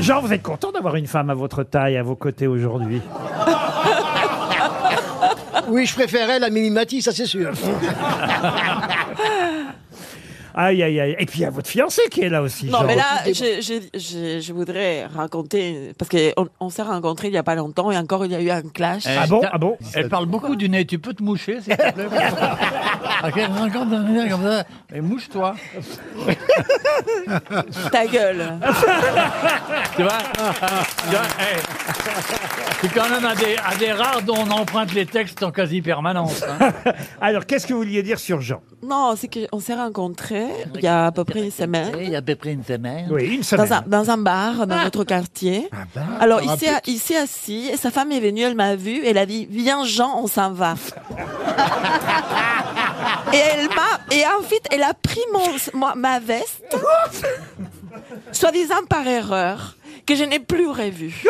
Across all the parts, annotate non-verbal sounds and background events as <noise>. Jean, vous êtes content d'avoir une femme à votre taille, à vos côtés aujourd'hui Oui, je préférais la Minimati, ça c'est sûr. Aïe, aïe, aïe. Et puis il y a votre fiancé qui est là aussi. Non, Jean. mais là, je, je- je- je voudrais raconter, parce qu'on on, s'est rencontrés il n'y a pas longtemps et encore il y a eu un clash. Ah bon Ah bon Elle parle beaucoup du nez. Tu peux te moucher, s'il te plaît <laughs> Ah, À 50 ans, comme ça. Mais mouche-toi. Ta gueule. Tu vois Tu vois, hey. C'est quand même un des, un des rares dont on emprunte les textes en quasi-permanence. hein. Alors, qu'est-ce que vous vouliez dire sur Jean Non, c'est qu'on s'est rencontrés il y a à peu près une semaine. Eh, Il y a à peu près une semaine. Oui, une semaine. Dans un, dans un bar, dans notre quartier. Alors, il s'est- il s'est assis, et sa femme est venue, elle m'a vu, elle a dit Viens, Jean, on s'en va. et elle m'a. Et ensuite, elle a pris mon, moi- ma veste, soi-disant par erreur, que je n'ai plus revue.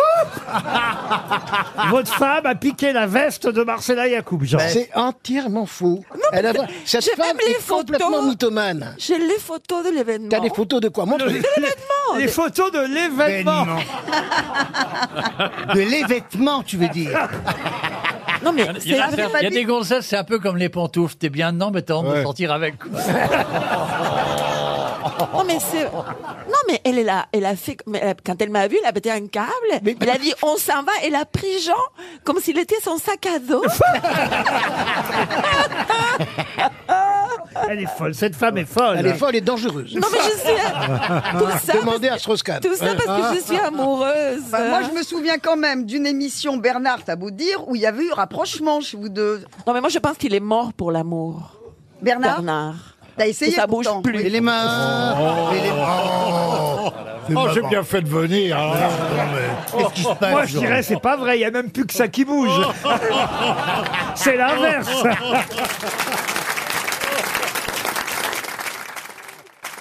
Votre femme a piqué la veste de Marcella Yacoub, Jean. C'est entièrement fou. Elle a- Cette j'ai femme même les est complètement photos. mythomane. J'ai les photos de l'événement. Oh, T'as des photos de quoi Montre-les. Les photos de l'événement. De les vêtements, tu veux dire. Non, mais Il y, c'est en a, vrai. il y a des gonzesses, c'est un peu comme les pantoufles. T'es bien dedans, mais t'as honte de sortir avec. quoi. Non, mais c'est. Non, mais elle est là. Elle a fait. mais elle a- Quand elle m'a vu, elle a pété un câble. Elle a dit on s'en va. Elle a pris Jean comme s'il était son sac à dos. Elle est folle. Cette femme est folle. Elle est folle et dangereuse. Non, mais je suis. euh, Tout ça. Demandez à parce que- Strauss-Kahn. Tout ça parce que je suis amoureuse. Bah, moi, je me souviens quand même d'une émission Bernard, à vous dire, où il y avait eu rapprochement chez vous deux. Non, mais moi, je pense qu'il est mort pour l'amour. Bernard, Bernard. t'as essayé Et ça bouge pourtant. plus. Et les mains. et les... Oh, j'ai bien fait de venir. alors là. Qu'est-ce qui se passe Moi, je Laurent dirais, <laughs> c'est pas vrai. Il y a même plus que ça qui bouge. c'est l'inverse.